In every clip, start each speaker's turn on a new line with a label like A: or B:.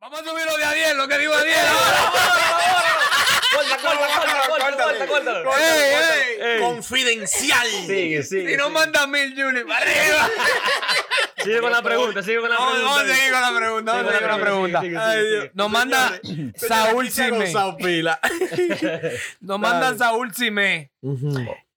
A: Vamos a subirlo de a 10, lo que digo a 10. ahora.
B: Corta, corta, corta, corta, corta.
A: Ey, ey.
B: Ey.
C: Confidencial.
B: Sigue, sigue.
A: Si no
B: sigue.
A: mandas mil, Juli, para arriba.
B: Sigue con la pregunta, sigue con la
A: Vamos,
B: pregunta.
A: vamos a seguir con la pregunta. Vamos a seguir con la pregunta.
B: Sigue, sigue,
A: Ay,
B: sigue,
A: Dios.
B: sigue.
A: Nos manda Saúl Cime.
C: pila.
A: Nos manda Saúl Cime.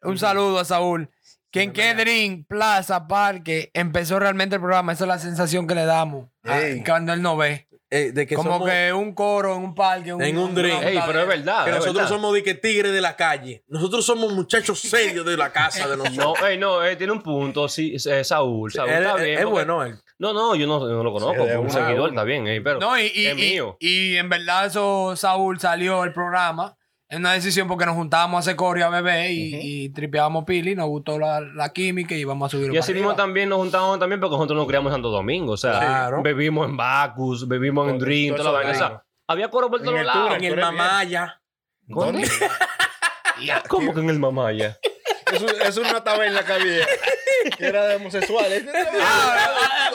A: Un saludo a Saúl. Que en qué drink, plaza, parque empezó realmente el programa. Esa es la sensación que le damos a-
C: Ey.
A: cuando él no ve.
C: Eh, de que
A: Como
C: somos-
A: que un coro en un parque. un-
C: En un drink.
A: una
B: Ey, pero es verdad.
C: que
B: es
C: nosotros
B: Ah, verdad.
C: somos de que tigre de la calle. Nosotros somos muchachos serios de la casa de nosotros.
B: No, ey, no, eh, tiene un punto, sí, es- eh, Saúl. Saúl
C: Él-
B: está
C: él-
B: bien.
C: es
B: porque-
C: bueno él.
B: No, no, yo no, no lo conozco.
C: Sí, de
B: un
C: una,
B: seguidor
C: una.
B: está bien, ey, pero
A: No, y, y,
B: es
A: y-
B: mío.
A: y en verdad eso, Saúl salió del programa en una decisión porque nos juntábamos a hacer coreo a bebé y, y tripeábamos pili, nos gustó la, la química y íbamos a subir
B: Y así mismo también nos juntamos también porque nosotros nos criamos en Santo Domingo. O sea,
C: Claro.
B: bebimos en Bacus, bebimos en
D: Todo-
B: Dream,
D: todo
B: toda la
D: eso
B: vaina. O sea,
D: gringo.
B: había coro por
D: En
B: todos
D: el
B: lados.
C: En
D: Tú
C: el
D: eres bien.
C: mamaya.
B: ¿Cómo?
D: ¿Dónde?
B: ¿Cómo que en el mamaya?
D: Es, un- es una taberna que había. Que era de Este homosexuales.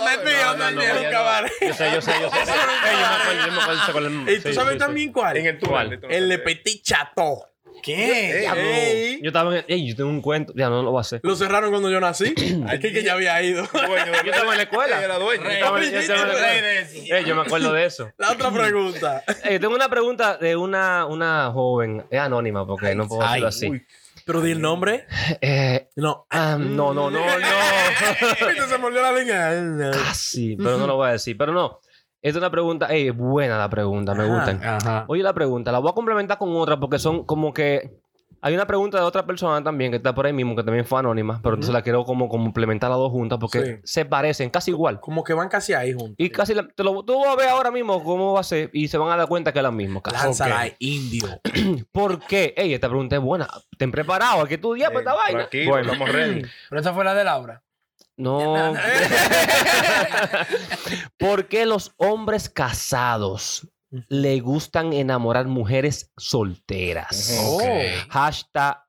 A: me pido,
B: no,
A: me
B: no,
A: pido,
B: no, ya no.
A: cabrón.
B: Yo sé, yo sé, yo sé. Ey, yo me acuerdo, yo me acuerdo, se acuerdan-
C: ¿Y tú
B: sí,
C: sabes
B: sí, sí.
C: también cuál?
D: En el
B: ¿Cuál?
D: túnel. Este de Toro
C: El de
D: Verde.
C: Petit Chateau.
A: ¿Qué?
D: Ey,
C: Ey.
B: Yo estaba en el, ey, yo tengo un cuento, ya no lo voy a hacer.
C: Lo cerraron cuando yo nací. Aquí que ya había ido.
D: Dueño de-
B: Yo estaba en la escuela.
D: Ella Era dueño.
B: Yo estaba en- yo estaba en la
C: Rey
B: escuela. Ey, yo me acuerdo de eso.
C: La otra pregunta.
B: Ey, yo tengo una pregunta de una, una joven, es anónima porque no puedo decirlo así.
C: Pero di el nombre.
B: Eh,
C: No.
B: ah, no, no, no, no.
C: Viste, Se mordió la lengua.
B: Casi, Ah, pero no lo voy a decir. Pero no, esta es una pregunta, ey, es buena la pregunta, me
C: Ajá.
B: gustan. Oye, la pregunta, la voy a complementar con otra porque son como que. Hay una pregunta de otra persona también que está por ahí mismo, que también fue anónima, pero entonces la quiero como complementar las dos juntas porque
C: Sí.
B: se parecen casi igual.
C: Como que van casi ahí juntos.
B: Y casi la- te lo, tú vas a ver ahora mismo cómo va a ser y se van a dar cuenta que es la misma. casi.
C: Lánzala, indio.
B: ¿Por qué? Ey, esta pregunta es buena. ¿Te han preparado? ¿A qué tu día para pues, esta vaina?
D: Aquí,
B: Bueno.
D: estamos ready.
A: Pero esa fue la de Laura.
B: No. ¿Por qué los hombres casados le gustan enamorar mujeres solteras?
D: Ujú.
B: Hashtag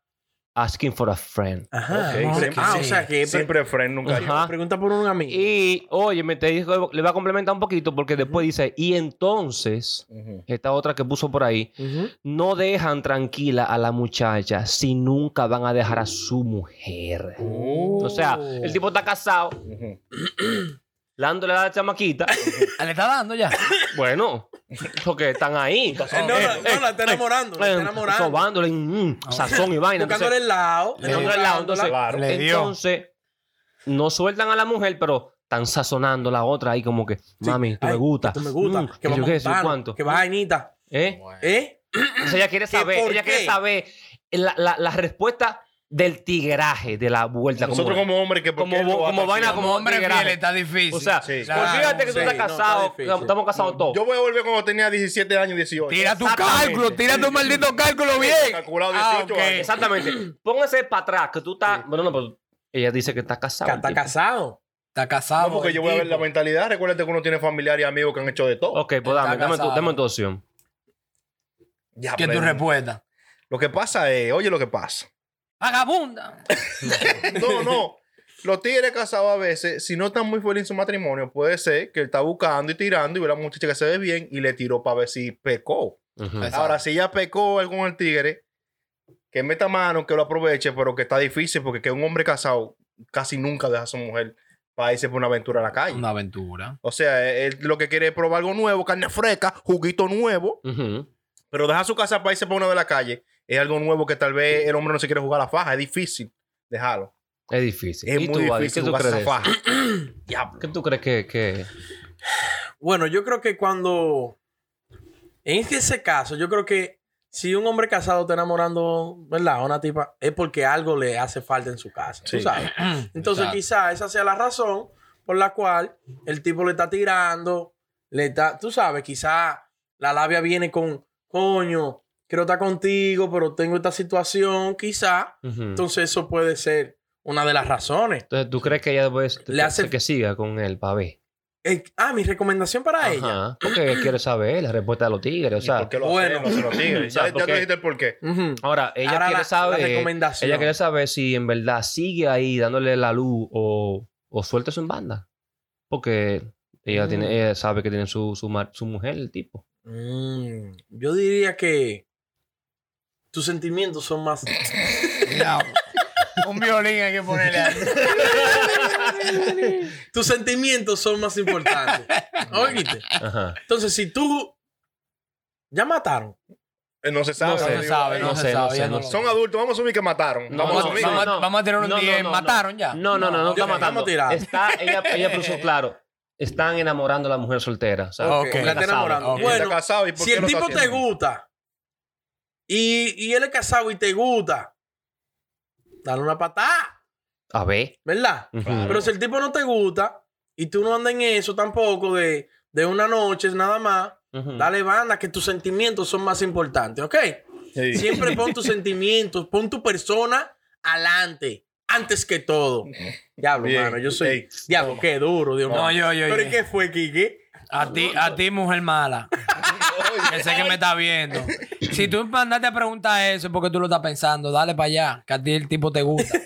B: asking for a friend.
C: Ajá.
D: Ok,
C: Ah,
D: siempre-
C: o sea que.
D: Siempre Fren, nunca yo.
B: Ajá.
C: Pregunta por un amigo.
B: Y, oye, me te dijo, le va a complementar un poquito porque después dice, y entonces,
D: Ujú.
B: esta otra que puso por ahí,
C: Ujú.
B: no dejan tranquila a la muchacha si nunca van a dejar a su mujer.
C: Uh.
B: O sea, el tipo está casado,
D: Ujú.
B: dándole a la chamaquita.
A: Ah, ¿Le está dando ya?
B: bueno, porque están ahí.
C: Eh, No, no, no, la está enamorando. La está enamorando.
B: Sobándole mm, sazón y eh, vaina.
C: Buscándole
B: Entonces,
C: el lado.
B: buscándole el lado, entonces-
D: Claro.
A: Le dio.
B: entonces, no sueltan a la mujer, pero están sazonando la otra ahí como que, mami, tú
C: Ay,
B: me gustas.
C: que Tú me gusta.
B: Mm,
C: que
B: yo
C: vamos
B: qué
C: a
B: sé,
C: juntarnos,
B: cuánto.
C: Que vainita.
B: ¿Eh?
C: ¿Eh?
B: O sea, ella quiere saber,
C: por
B: ella
C: qué?
B: quiere saber la, la- la respuesta del tigueraje de la vuelta.
D: Nosotros
B: como,
D: como hombres que por
B: como
D: qué
B: vo-
D: lo
B: como
D: atacan?
B: vaina,
A: Como hombre
B: tigre.
A: fiel está difícil.
B: O sea,
D: Sí.
A: Claro,
B: olvídate que tú
C: sí,
B: estás
C: no, está
B: casado,
C: difícil. Mm,
B: estamos casados todos.
D: Yo voy a volver cuando tenía 17 años, 18.
A: tira tu
B: Exactamente.
A: cálculo, tira tu maldito cálculo bien.
D: Calculado
A: Ah,
D: 18
A: ok.
D: años.
B: Exactamente. Póngase para atrás, que tú estás. Bueno, no, pero ella dice que está casada.
C: Que está
B: el tipo.
C: casado.
A: Está casado.
D: No, porque
A: el
D: yo voy a ver la
A: Ah, tipo.
D: mentalidad. Recuérdate que uno tiene familiares y amigos que han hecho de todo.
B: Ok, pues
A: Está
B: dame, dame, tu,
A: casado.
B: dame tu opción.
D: Ya,
A: ¿Qué es tu
D: pero-
A: respuesta?
D: Lo que pasa es, oye lo que pasa.
A: Vagabunda.
D: No, no. Los tigres casados a veces, si no están muy felices en su matrimonio, puede ser que él está buscando y tirando y ve a la muchacha que se ve bien y le tiró para ver si pecó.
B: Ujú.
A: Exacto.
D: Ahora, si ella pecó él con el tigre, que meta mano, que lo aproveche, pero que está difícil porque que un hombre casado casi nunca deja a su mujer para irse por una aventura a la calle.
A: Una aventura.
D: O sea, él lo que quiere es probar algo nuevo, carne fresca, juguito nuevo,
B: Ujú.
D: pero dejar su casa para irse por una de la calle es algo nuevo que tal vez el hombre no se quiere jugar a la faja, es difícil dejarlo.
B: Es difícil.
D: Es
B: ¿Y
D: muy
B: tú, Adi,
D: difícil
B: ¿Qué tú
D: jugar
B: crees?
D: esa
B: de eso?
D: faja.
B: ¿Qué tú crees que.? que...
C: Bueno, yo creo que cuando. En este- ese caso, yo creo que si un hombre casado está enamorando, ¿verdad? A una tipa, es porque algo le hace falta en su casa. ¿tú
D: Sí.
C: sabes? Entonces,
A: Exacto.
C: quizás esa sea la razón por la cual el tipo le está tirando, le está. Tú sabes, quizás la labia viene con, coño, quiero estar contigo, pero tengo esta situación, quizás.
B: Ujú. Entonces,
C: Entonces, eso puede ser una de las razones.
B: ¿tú crees que ella después
C: Le hace-
B: que siga con él para ver?
C: Eh, ah, mi recomendación para ella.
B: Ajá. Porque ella quiere saber la respuesta de los tigres. O
D: ¿Y
B: sea,
D: por qué lo
C: bueno.
D: bueno, hacen los tigres?
B: O sea,
D: Ya, ya
B: porque-
D: te dijiste el por qué.
C: Ujú.
B: ahora ella
C: Ahora
B: quiere
C: la-
B: saber.
C: la recomendación.
B: Ella quiere saber si en verdad sigue ahí dándole la luz o, o suelta eso en banda. Porque Ella, tiene, ella sabe que tiene su, su, mar- su mujer, el tipo.
C: Mm, yo diría que tus sentimientos son más.
A: Cuidado. Un violín hay que ponerle. ahí.
C: tus sentimientos son más importantes. Oíste.
B: Ajá.
C: Entonces, si tú. Ya mataron.
D: Eh, No se sabe.
B: No se
D: digo,
A: sabe,
D: eh,
A: no,
B: no
A: se
B: sé, no
A: sabe.
B: sé,
A: ya
B: no
A: lo-
B: sé.
D: Son adultos, vamos a asumir que mataron.
B: No,
D: vamos
A: Vamos,
D: a asumir.
B: no,
A: vamos-
B: no.
A: vamos a tener un
B: No, no,
A: 10.
B: no, no.
A: ¿Mataron ya?
B: No, no, no, no,
C: Yo-
B: está matando.
C: vamos a tirar.
B: Está, ella, ella puso claro. Están enamorando a la mujer soltera. ¿sabes?
A: Ok.
C: La está
B: Casado,
C: enamorando.
A: ok.
D: Está
C: Bueno,
D: casado, ¿y por
C: si
D: qué
C: el
D: lo está
C: tipo te
D: haciendo?
C: gusta y, y él es casado y te gusta, dale una patada,
B: A ver.
C: ¿verdad?
B: Ujú.
D: Claro.
C: Pero si el tipo no te gusta y tú no andas en eso tampoco de, de una noche nada más,
B: Ujú.
C: dale banda que tus sentimientos son más importantes, ¿ok?
D: Sí.
C: Siempre pon tus sentimientos, pon tu persona adelante, antes que todo. Diablo,
D: Bien.
C: mano, yo soy...
D: Ey,
C: diablo, qué duro, Dios mío.
A: No, yo, yo,
C: ¿Pero
A: yo.
C: ¿y qué fue, Kiki?
A: A ti, a ti, mujer mala. Que sé que me estás viendo. Si tú mandaste a preguntar eso es porque tú lo estás pensando. Dale para allá, que a ti el tipo te gusta.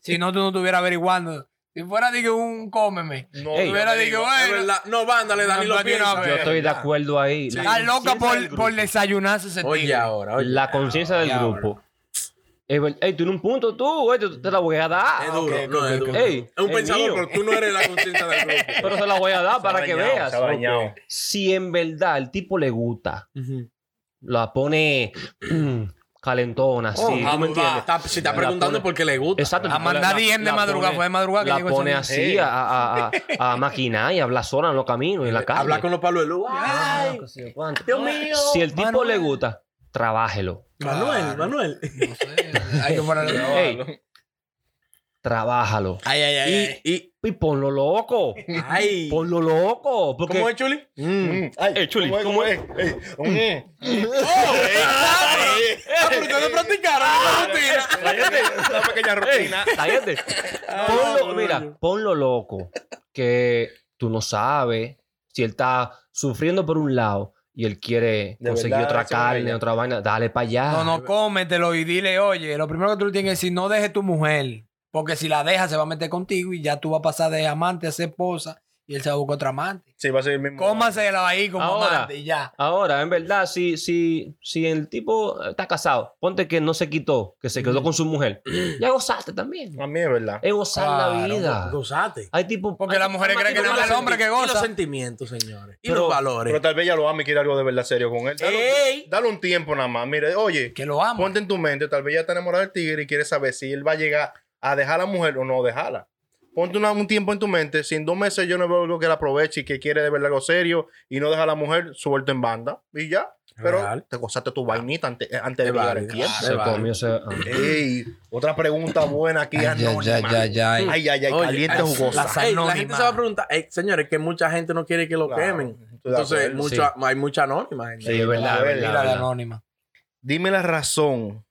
A: Si no, tú no estuvieras averiguando. Si fuera, digo, un cómeme.
D: No,
B: Ey.
D: yo
A: Hubiera
D: te
A: dicho,
D: digo,
A: bueno,
C: Es verdad. No, vándale, Dani,
A: No,
C: lo
A: no, no,
C: piensa.
B: Yo estoy de acuerdo ahí.
A: Estás loca
B: conciencia del
A: por, por
B: grupo.
A: desayunarse ese
C: Oye,
A: tigre.
C: ahora, oye.
B: La conciencia del
A: Ya,
B: grupo. Ey, ver- ey, tú en un punto tú, güey, te, te la voy a dar.
C: Es duro,
A: ok,
C: no,
A: ok,
C: es
A: ok.
C: duro.
B: Ey,
C: es un
B: es
C: pensador,
B: mío.
C: pero tú no eres la conciencia del grupo.
B: Pero se la voy a dar
D: se ha
B: para que
D: bañado,
B: veas.
D: Se ha bañado.
B: Si en verdad el tipo le gusta, la pone calentona, así. ¿tú
C: Ah,
B: me
C: va,
B: entiendes?
C: está- si está
B: La
C: preguntando
B: pone-
C: por qué le gusta.
B: Exacto.
A: A
B: tipo, la-
A: mandar
B: la-
A: 10 de
B: la
A: madrugada,
B: pone-
A: fue de madrugada que
B: La
A: llegó esa
B: pone
A: niña.
B: así a, a, a- a maquinar y habla sola en los caminos y
A: Eh,
B: en la calle.
C: Eh, Habla con los palos de luz.
B: Ah,
C: ¡Ay!
B: qué sé yo cuánto.
C: Dios mío.
B: Si el tipo
A: Manuel.
B: le gusta, trabájelo.
C: Manuel, Manuel.
A: No sé, Hay que ponerle.
B: Ey, trabájalo.
A: Ay, ay, ay. ay.
C: Y, y,
B: Y ponlo loco.
C: ay.
B: Ponlo loco. Porque...
C: ¿Cómo es, Chuli?
D: Mm. Ay,
B: Eh, Chuli,
D: ¿cómo es?
B: ¿cómo
D: ¿Cómo es? Ey, mm.
A: Oh.
C: Ah, pero ustedes practicaron la rutina.
D: Cállate, Una pequeña rutina.
B: Cállate.
C: no,
A: Ah,
B: ponlo,
C: no.
B: mira, ponlo loco. Que tú no sabes si él está sufriendo por un lado y él quiere
D: De
B: conseguir
D: verdad,
B: otra
D: eso no
B: carne,
D: es.
B: otra vaina. Dale para allá.
A: No, no, cómetelo y dile, oye, lo primero que tú le tienes que decir, no dejes tu mujer. Porque si la dejas, se va a meter contigo y ya tú vas a pasar de amante a ser esposa y él se va a buscar otra amante.
D: Sí, va a ser el mismo.
A: Cómasela ahí como
B: Ahora.
A: amante y ya.
B: Ahora, en verdad, si, si, si el tipo está casado, ponte que no se quitó, que se quedó con su mujer, ya gozaste también.
D: A mí es verdad.
B: Es gozar la
A: Claro,
B: vida.
C: Gozate.
B: Hay tipos.
A: Porque las mujeres creen que
C: Y
A: no
C: los
A: es el hombre que
C: senti- Y los
A: goza.
C: sentimientos, señores. Y
B: Pero-
C: los
D: Pero
C: valores.
D: tal vez ya lo ama y quiere algo de verdad serio con él. Dale,
C: Ey.
D: un, dale un tiempo nada más. Mire, oye,
A: Que lo amo.
D: ponte en tu mente, tal vez ya está enamorado del tigre y quiere saber si él va a llegar a dejar a la mujer o no dejarla. Ponte una- un tiempo en tu mente. Si en dos meses yo no veo algo que la aproveche y que quiere de verdad algo serio y no deja a la mujer, suelto en banda y ya. Pero
C: Real.
D: te gozaste tu vainita ante- eh, antes, de
C: Es
D: llegar el
C: válido.
D: tiempo.
B: Se
C: vale.
B: comió ese- ah.
D: Ey, otra pregunta buena aquí, anónima.
A: ya. eh.
D: Ay, ay, ay,
C: Oye,
D: caliente
C: ay,
D: jugosa.
A: las
C: Ey, la gente
A: anónimas.
C: se va a preguntar, ey, señores, que mucha gente no quiere que lo
D: Claro,
C: quemen.
D: estoy de
C: Entonces,
D: acuerdo.
C: mucho- hay mucha anónima. gente.
B: Sí, es verdad,
D: la
B: es
A: Mira
B: verdad,
A: la
B: verdad.
A: anónima.
D: Dime la razón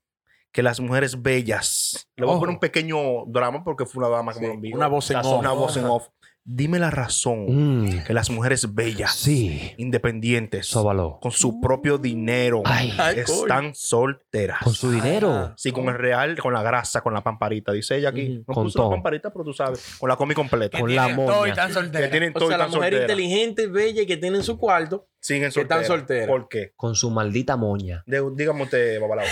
D: que las mujeres bellas. Le voy
A: Ojo.
D: a poner un pequeño drama porque fue una dama que me lo envió.
C: Oh. Una voz en
D: Razón,
C: off.
D: Una voz en off. Dime la razón
B: Mm,
D: que las mujeres bellas,
B: sí,
D: independientes,
B: sóbalo.
D: con su propio dinero,
B: Ay,
C: Ay, coño.
D: están solteras.
B: con su
A: Ah.
B: dinero.
D: Sí, con el real, con la grasa, con la pamparita. Dice ella aquí.
C: Ujú.
D: No
B: Con
D: puso
B: todo.
D: la pamparita, pero tú sabes. Con la comi completa.
B: Con la
A: Tienen
B: moña.
A: todo y están
D: Que
A: solteras.
D: tienen
C: O
D: todo y
C: sea, la
D: están
C: mujer
D: solteras.
C: inteligente, bella y que tiene en su cuarto.
D: Siguen
C: que están
D: solteras.
C: solteras.
D: ¿Por qué?
B: Con su maldita moña.
D: De- dígame usted, Babalao.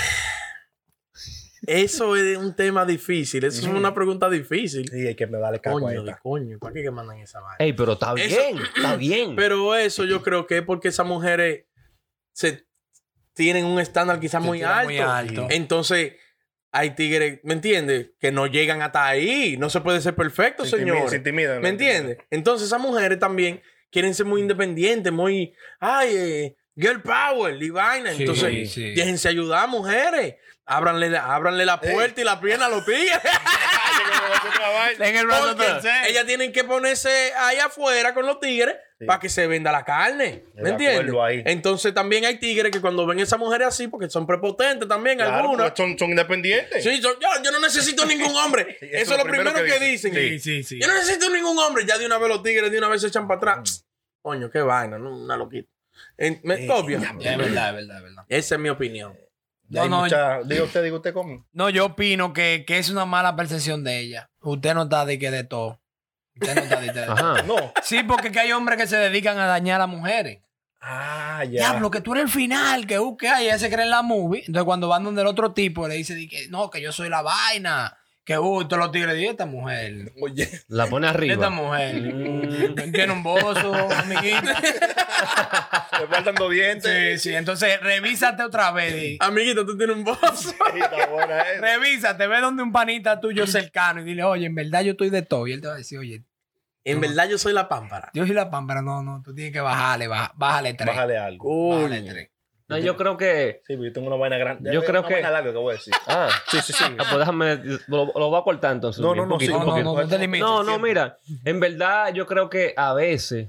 C: Eso es un tema difícil. Eso
D: Ujú.
C: es una pregunta difícil.
D: Sí, hay que me darle caco a
C: Coño, de
D: esta.
C: coño. ¿Para qué que mandan esa vaina?
B: Ey, pero está
C: Eso-
B: bien, está bien.
C: Pero eso yo creo que es porque esas mujeres se tienen un estándar quizás
A: Se
C: muy
A: tiran
C: alto.
A: muy alto.
C: Entonces, hay tigres, ¿me entiendes? Que no llegan hasta ahí. No se puede ser perfecto,
D: Se intimida-
C: señor.
D: se intimida, ¿no?
C: ¿Me entiendes? Entonces esas mujeres también quieren ser muy independientes, muy, ay, eh, girl power, y vaina.
A: Sí,
C: Entonces,
A: sí.
C: déjense ayudar, mujeres. Ábranle la, ábranle la puerta y la pierna a los tigres.
D: Ah,
A: En el brazo
C: Porque
A: tercero.
C: ellas tienen que ponerse ahí afuera con los tigres
D: Sí.
C: para que se venda la carne.
D: De
C: ¿Me entiendes?
D: acuerdo ahí.
C: Entonces también hay tigres que cuando ven esas mujeres así, porque son prepotentes también
D: Claro,
C: algunas.
D: porque son, son independientes.
C: Sí, yo, yo- yo no necesito ningún hombre.
D: Sí,
C: Eso es lo primero, que, dicen.
D: Sí.
A: sí, sí.
C: Yo no necesito ningún hombre. Ya de una vez los tigres, de una vez se echan para atrás.
A: Mm.
C: Coño, qué vaina, ¿no? una loquita. En- me
A: Eh,
C: copia.
A: Ya, Es verdad, es verdad, es verdad.
C: Esa es mi opinión.
D: Ya hay
A: No, no,
D: mucha- Diga usted, diga usted cómo.
A: No, yo opino que, que es una mala percepción de ella. Usted no está de que de todo. Usted no está diciendo.
B: Ajá.
D: No.
A: Sí, porque que hay hombres que se dedican a dañar a las mujeres.
D: Ah, ya.
A: Diablo, que tú eres el final, que busque ahí, ese cree en la movie. Entonces, cuando van donde el otro tipo, le dice, di que, no, que yo soy la vaina. Que, uh, todos los tigres, y esta mujer.
D: Oye.
B: La pone
A: Esta
B: arriba.
A: mujer.
B: Mm.
A: mm, Tiene un bozo, amiguito.
D: Le faltan dos
A: Sí,
D: dientes.
A: sí. Entonces, revísate otra vez. di.
C: Amiguito, tú tienes un bozo.
D: Sí, está buena esa.
A: Revísate, ve donde un panita tuyo cercano y dile, oye, en verdad yo estoy de todo. Y él te va a decir, oye,
C: En verdad, yo soy la pámpara.
A: yo soy la pámpara. No, no, tú tienes que bajarle, baja- bájale tres.
D: Bájale algo.
A: Bájale
C: Coño.
A: tres.
B: No, yo creo que.
D: Sí, pero yo tengo una vaina grande.
B: Yo creo
D: una
B: que-
D: vaina larga que voy a decir.
B: Ah,
D: Sí, sí, sí.
B: ah, pues déjame. Lo, lo voy a cortar entonces.
D: No,
B: bien,
D: no, no, sí,
B: poquito,
A: No, no,
B: poquito.
A: no, no te limites.
B: No, no, mira. En verdad, yo creo que a veces,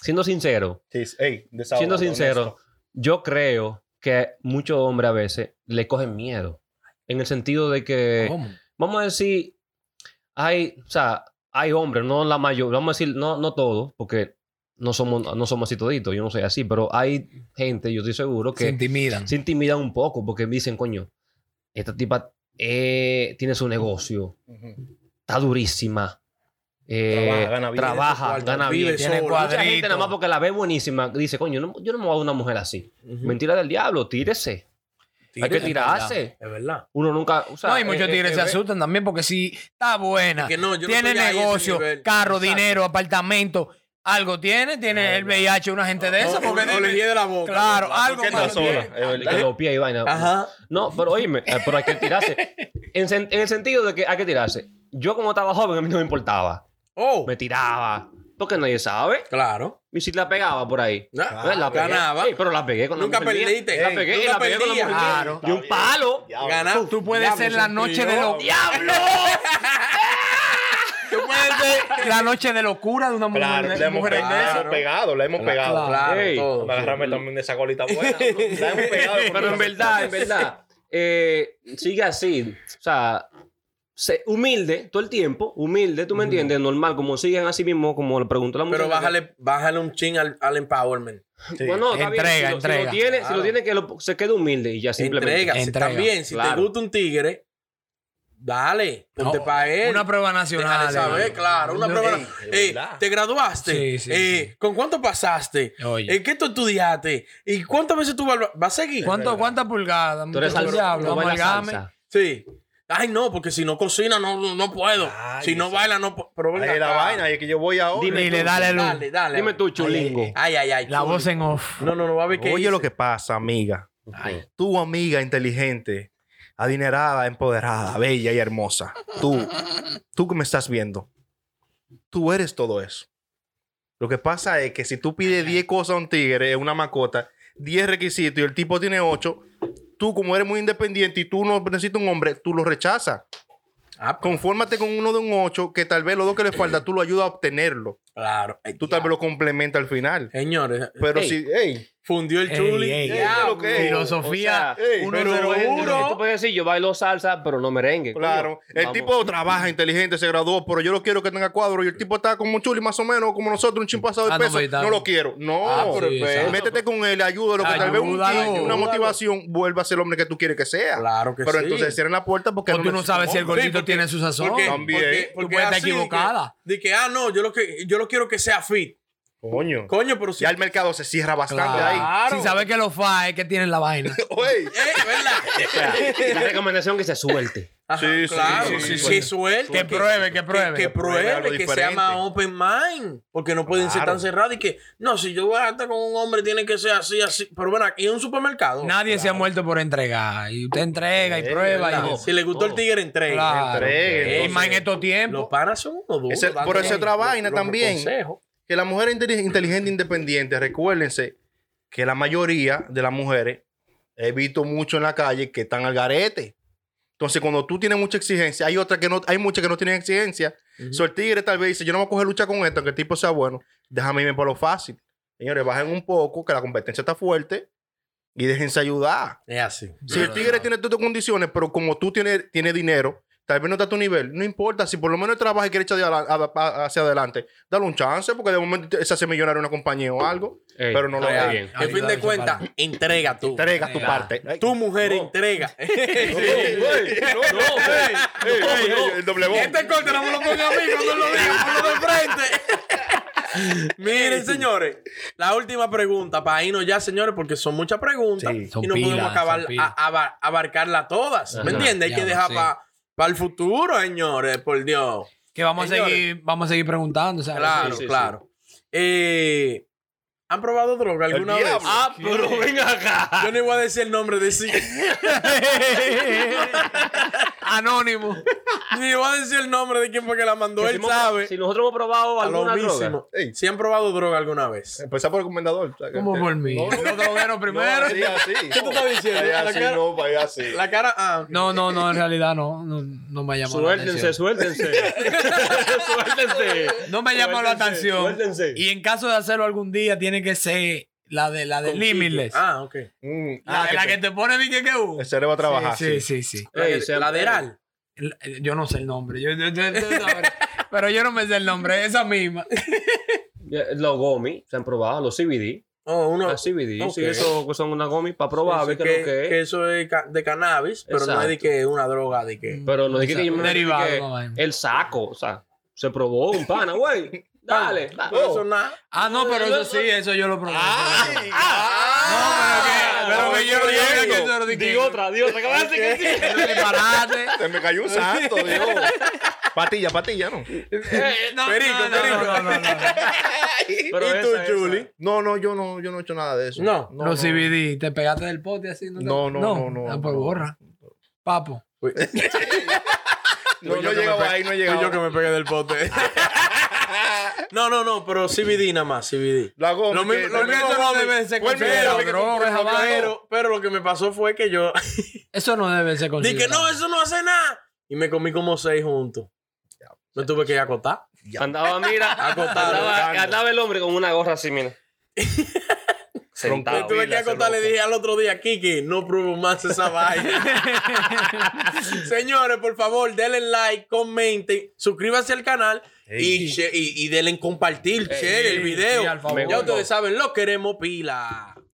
B: siendo sincero,
D: Sí, ey, desahoga,
B: siendo sincero,
D: honesto.
B: yo creo que muchos hombres a veces le cogen miedo. En el sentido de que,
A: ¿Cómo?
B: vamos a decir, hay, o sea, hay hombres, no la mayoría, vamos a decir, no, no todos, porque no somos, no somos así toditos, yo no soy así, pero hay gente, yo estoy seguro,
A: Se
B: que
A: intimidan.
B: se intimidan un poco porque dicen, coño, esta tipa eh, tiene su negocio,
D: Ujú.
B: está durísima. eh,
D: Trabaja, gana bien.
B: trabaja,
C: Tiene su cuarto,
B: gana bien.
C: vive
A: Tiene
C: solo.
A: cuadro.
B: Mucha gente
A: Cuadrito.
B: nada más porque la ve buenísima dice, coño, no- yo no me voy a dar una mujer así.
C: Ujú.
B: Mentira del diablo, tírese. Hay que
C: Tírate,
B: tirarse.
C: Es verdad.
B: Uno nunca... o sea,
A: no, y muchos
B: eh,
A: tigres
B: eh,
A: se
B: eh,
A: asustan también porque si está buena,
C: Que no, yo no
A: Ah, tiene
C: estoy ahí a ese
A: negocio,
C: nivel.
A: carro,
C: Exacto.
A: dinero, apartamento, algo tiene, tiene el VIH, una gente de esa.
C: O- o-
A: Porque
C: o le
A: dime,
C: llegue de la boca.
A: Claro,
C: ¿Por
A: algo
C: qué
D: Está
A: más.
C: no?
D: sola. es verdad.
B: eh, que los pies y vaina.
C: Ajá.
B: No, pero oíme, eh, pero hay que tirarse. en, sen- en el sentido de que hay que tirarse. Yo como estaba joven, a mí no me importaba.
C: Oh.
B: Me tiraba. Porque nadie sabe.
C: Claro.
B: Y si la pegaba por ahí.
C: Ah,
B: Eh, la pegué.
C: ganaba.
B: Ey, pero la pegué con la
C: Nunca
B: mujer mía.
C: perdiste. Ah,
B: La
C: Ey,
B: pegué
C: nunca
B: y la pegué con la mujer
C: perdías.
B: mía.
A: Claro.
B: Y un palo.
C: Ganaba.
A: Tú puedes
C: Diablo,
A: ser la
C: soy
A: noche de
C: yo.
A: los
B: ¡Diablo!
A: Tú puedes ser la noche de locura de una mujer.
D: Claro,
A: una
D: la hemos,
A: mujer
D: pe- la
A: de
D: hemos
A: esa.
D: pegado, la hemos pegado.
A: claro.
C: Claro,
B: Ey.
C: todo.
D: Para agarrarme también de esa colita buena. La hemos pegado.
B: Pero en verdad, en verdad, eh, sigue así. O sea, se- humilde todo el tiempo, humilde, ¿tú me entiendes? Normal, como siguen así mismo, como le preguntó la mujer.
C: Pero bájale, bájale un chin al, al empowerment.
D: Sí.
B: Bueno, está bien,
A: Entrega,
B: si lo- si
A: entrega.
B: lo tiene, si
C: Claro.
B: lo tiene que lo- se quede humilde y ya simplemente.
C: Entrega.
A: Entrega.
C: También, si te
B: Claro.
C: gusta un tigre, dale, ponte
A: No,
C: para él.
A: Una prueba
C: Déjale
A: nacional.
C: saber,
A: hermano.
C: claro. Una
A: No,
C: prueba.
A: ey,
D: de
C: Eh,
D: verdad.
C: ¿Te graduaste?
A: Sí, sí,
C: Eh, ¿Con cuánto pasaste?
A: Oye.
C: Eh, ¿Qué tú estudiaste? ¿Y cuántas veces tú valva- vas a seguir?
A: ¿Cuánto,
D: verdad.
A: ¿Cuántas pulgadas?
B: Tú eres
A: Mucho
B: salsa,
A: diablo,
B: tú bailas
A: amalgame.
B: salsa.
C: Sí. Ay, no, porque si no cocina, no, no- no puedo.
D: Ay,
C: si no
D: esa-
C: baila, no puedo. Pero ven
D: Ahí es la
C: acá.
D: vaina, y es que yo voy ahora.
B: Dime
A: Y
B: tú,
A: le dale luz.
C: Dale, dale.
B: Dime tú, chulingo.
C: Ay, ay, ay.
A: La
C: chulo.
A: voz en off.
C: No, no, no va a ver qué
D: Oye
C: hice.
D: lo que pasa, amiga. Tu amiga inteligente, adinerada, empoderada, bella y hermosa. Tú, tú que me estás viendo. Tú eres todo eso. Lo que pasa es que si tú pides 10 cosas a un tigre, a una macota, 10 requisitos y el tipo tiene 8, tú como eres muy independiente y tú no necesitas un hombre, tú lo rechazas.
C: Ah, con-
D: Confórmate con uno de un 8 que tal vez los dos que le falta tú lo ayudas a obtenerlo.
C: Claro. Ay,
D: Tú tal vez lo complementas al final.
C: Señores,
D: Pero
B: Ey.
D: si, ey,
C: fundió el
A: Ey,
C: chuli.
A: ey,
C: Ya,
A: ey,
D: lo que es.
A: Filosofía.
B: O sea,
D: ey,
A: uno
C: pero
A: cero
C: bueno,
A: uno.
C: No.
B: Tú puedes decir, yo bailo salsa, pero no merengue.
D: Claro,
B: coño.
D: el
B: Vamos.
D: tipo trabaja inteligente, se graduó, pero yo lo quiero que tenga cuadro. Y el tipo está como un chuli, más o menos, como nosotros, un chin pasado de
A: Ah, no,
D: peso.
A: pues, está
D: No
A: bien.
D: lo quiero. No,
A: Ah, pero
D: Sí,
A: espera.
D: métete con él, ayúdalo, que tal vez un
A: Ayúdalo,
D: chin y una
A: ayúdalo.
D: motivación vuelva a ser el hombre que tú quieres que sea.
C: Claro que
D: Pero
C: sí.
D: entonces cierren la puerta porque
A: O tú no
D: necesito
A: sabes si el
D: hombre.
A: gordito
C: porque-
A: tiene su sazón.
C: Porque,
D: También.
C: porque,
A: Tú
C: porque
A: puedes estar
C: así, de que-
A: equivocada.
C: De que, ah, no, yo lo que yo lo quiero que sea fit.
D: Coño.
C: Coño, pero si.
D: Ya el mercado se cierra bastante ahí.
C: Claro.
A: Si sabes que los fa es que tienen la vaina.
D: Oye,
C: Eh,
B: O
C: ¿verdad?
B: sea, la recomendación es que se suelte.
C: Ajá,
D: Sí, sí,
C: claro.
D: sí,
A: sí, sí.
C: que suelte.
A: Que pruebe, que pruebe.
C: Que,
A: Que
D: pruebe
C: pruebe,
D: algo
C: que sea
D: diferente.
C: más open mind. Porque no pueden ser
D: Claro.
C: tan cerrados y que, no, si yo voy a estar con un hombre, tiene que ser así, así. Pero bueno, aquí en un supermercado.
A: Nadie se ha muerto por entregar. Y usted entrega y
D: Sí,
A: prueba.
C: ¿verdad?
A: Y,
D: no.
C: Si le gustó el
B: No.
C: tigre, entrega.
A: Claro.
D: Entregue,
A: Y
D: entonces.
A: más en estos
C: Los
A: tiempos.
C: panas son unos duros.
D: Ese-
C: dando
D: por eso
C: los-
D: otra
C: los-
D: vaina
C: los
D: también.
C: consejos.
D: que la mujer inte- inteligente e independiente, recuérdense que la mayoría de las mujeres he visto mucho en la calle que están al garete. Entonces, cuando tú tienes mucha exigencia, hay otras que no, hay muchas que no tienen exigencia. So, el tigre tal vez dice, yo no voy a coger lucha con esto, aunque el tipo sea bueno, déjame irme por lo fácil. Señores, bajen un poco, que la competencia está fuerte y déjense ayudar.
C: Es así.
D: Si el tigre tiene todas tus condiciones, pero como tú tienes, tienes dinero, tal vez no está a tu nivel, no importa, si por lo menos trabaja y quiere echar de ala- a- a- hacia adelante, dale un chance, porque de momento se hace millonario una compañía o algo,
B: Ey,
D: pero no lo
B: está
D: haga.
B: bien.
C: Al fin de cuentas, entrega tú.
D: Entrega tu
A: Entrega.
D: parte. Ay,
C: Tu mujer entrega.
D: ey, ey, el doble voz.
C: Este corte no me lo ponga a mí cuando lo diga, ponlo de frente. Miren, señores, la última pregunta para irnos ya, señores, porque son muchas preguntas
A: Sí, son
C: y no
A: pilas,
C: podemos acabar,
A: son pilas.
C: a- abar- abarcarlas todas.
B: Ajá,
C: ¿Me entiendes? Hay
A: ya
C: que
A: lo
C: dejar
A: sé.
C: para el futuro, señores, por Dios.
A: Que vamos a
C: Señores.
A: seguir, vamos a seguir preguntando. ¿sabes?
C: Claro,
B: sí, sí.
C: claro. Eh, ¿Han probado droga alguna
D: El
C: vez?
D: diablo.
B: Ah, pero ven acá.
C: Yo no iba a decir el nombre de sí.
A: Anónimo.
C: Ni iba a decir el nombre de quién porque la mandó.
B: Que si
C: Él
B: hemos-
C: sabe.
B: Si nosotros hemos probado
C: A lo
B: alguna droga.
C: mismo.
D: Ey.
C: Si han probado droga alguna vez.
D: Empezar por el comendador.
A: Como por mí.
D: No,
A: Los drogueros primero.
D: No, así, así. ¿Qué
C: tú estás diciendo? La
D: así,
C: cara-
D: no, vaya así.
C: La cara. Ah,
A: No, no, no, en realidad no. No, no me ha llamado la
B: Suéltense,
A: atención.
B: suéltense. suéltense.
A: No me ha llamado la
B: Suéltense,
A: atención.
B: suéltense.
A: Y en caso de hacerlo algún día, tiene que ser la de la de
C: con
A: Limitless.
C: Kiko. Ah, ok.
D: Mm,
A: la,
D: ah,
A: que
D: que
A: la
D: te-
A: que te pone ni que que uh.
D: El cerebro va a trabajar.
A: Sí, sí, sí. sí.
B: Ey,
C: La-
B: sean-
C: lateral.
A: El- eh, Yo no sé el nombre. Yo- yo- yo- yo- no, pero- pero yo no me sé el nombre. Esa misma.
B: Ya, Los gomis se han probado, los CBD.
C: Oh, uno.
B: Las CBD,
C: Ok.
B: sí, eso son unas gomis para probar, a ver
C: que,
B: qué es lo que es.
C: que eso es ca- de cannabis, pero no es de
B: Exacto.
C: que una droga de que.
B: Pero no dije que yo me
A: Derivado,
B: dije que
A: no, vaina.
B: El saco, o sea, se probó un pana, güey. Dale,
C: Pero
B: dale.
C: eso nada.
B: Oh.
A: Ah, no, pero eso sí, eso yo lo probé.
C: Ah,
A: Ah,
D: Ay,
B: Ah,
A: No, pero que, pero que yo no llegué que eso lo dije.
B: Di otra, di otra. que que sí.
A: Eso es disparate.
D: Se me cayó un santo, Dios. Patilla, patilla, ¿no?
A: Eh, No,
C: Perico,
A: no, no,
C: perico.
A: no, no, no, no.
B: Pero
C: ¿Y tú,
B: esa, esa.
C: Chuli?
D: No, no, yo no, yo no he hecho nada de eso.
C: No.
A: Los CBD, te pegaste del pote así. te-
D: No, no, no, no,
A: Ah, pues
D: no.
A: borra. Papo.
D: No,
C: Fui
D: no
C: Pues yo
D: he
C: que
D: llegado
C: me pe-
D: ahí, no he
C: fui
D: llegado.
C: yo que me pegué del pote. no, no, no, pero CBD nada más, CBD.
D: Lo hago.
C: Lo mismo, lo mismo
A: no
C: mami.
A: debe ser
C: Fue el
A: considerado
C: mismo
A: droga,
C: que compré,
A: esa vaina.
C: pero, pero lo que me pasó fue que yo
A: Eso no debe ser considerado.
C: dije, no, eso no hace nada. Y me comí como seis juntos. Me tuve que acotar.
B: Andaba, mira,
C: Acotado,
B: andaba,
D: acotando.
B: andaba el hombre con una gorra así, mira.
C: Me
B: Sentado.
C: tuve que acotar, le dije al otro día, Kiki, no pruebo más esa vaina. Señores, por favor, denle like, comenten, suscríbanse al canal y, che- y, y denle en compartir, share el
A: sí,
C: video.
A: al favor.
C: ya ustedes saben, lo queremos pila.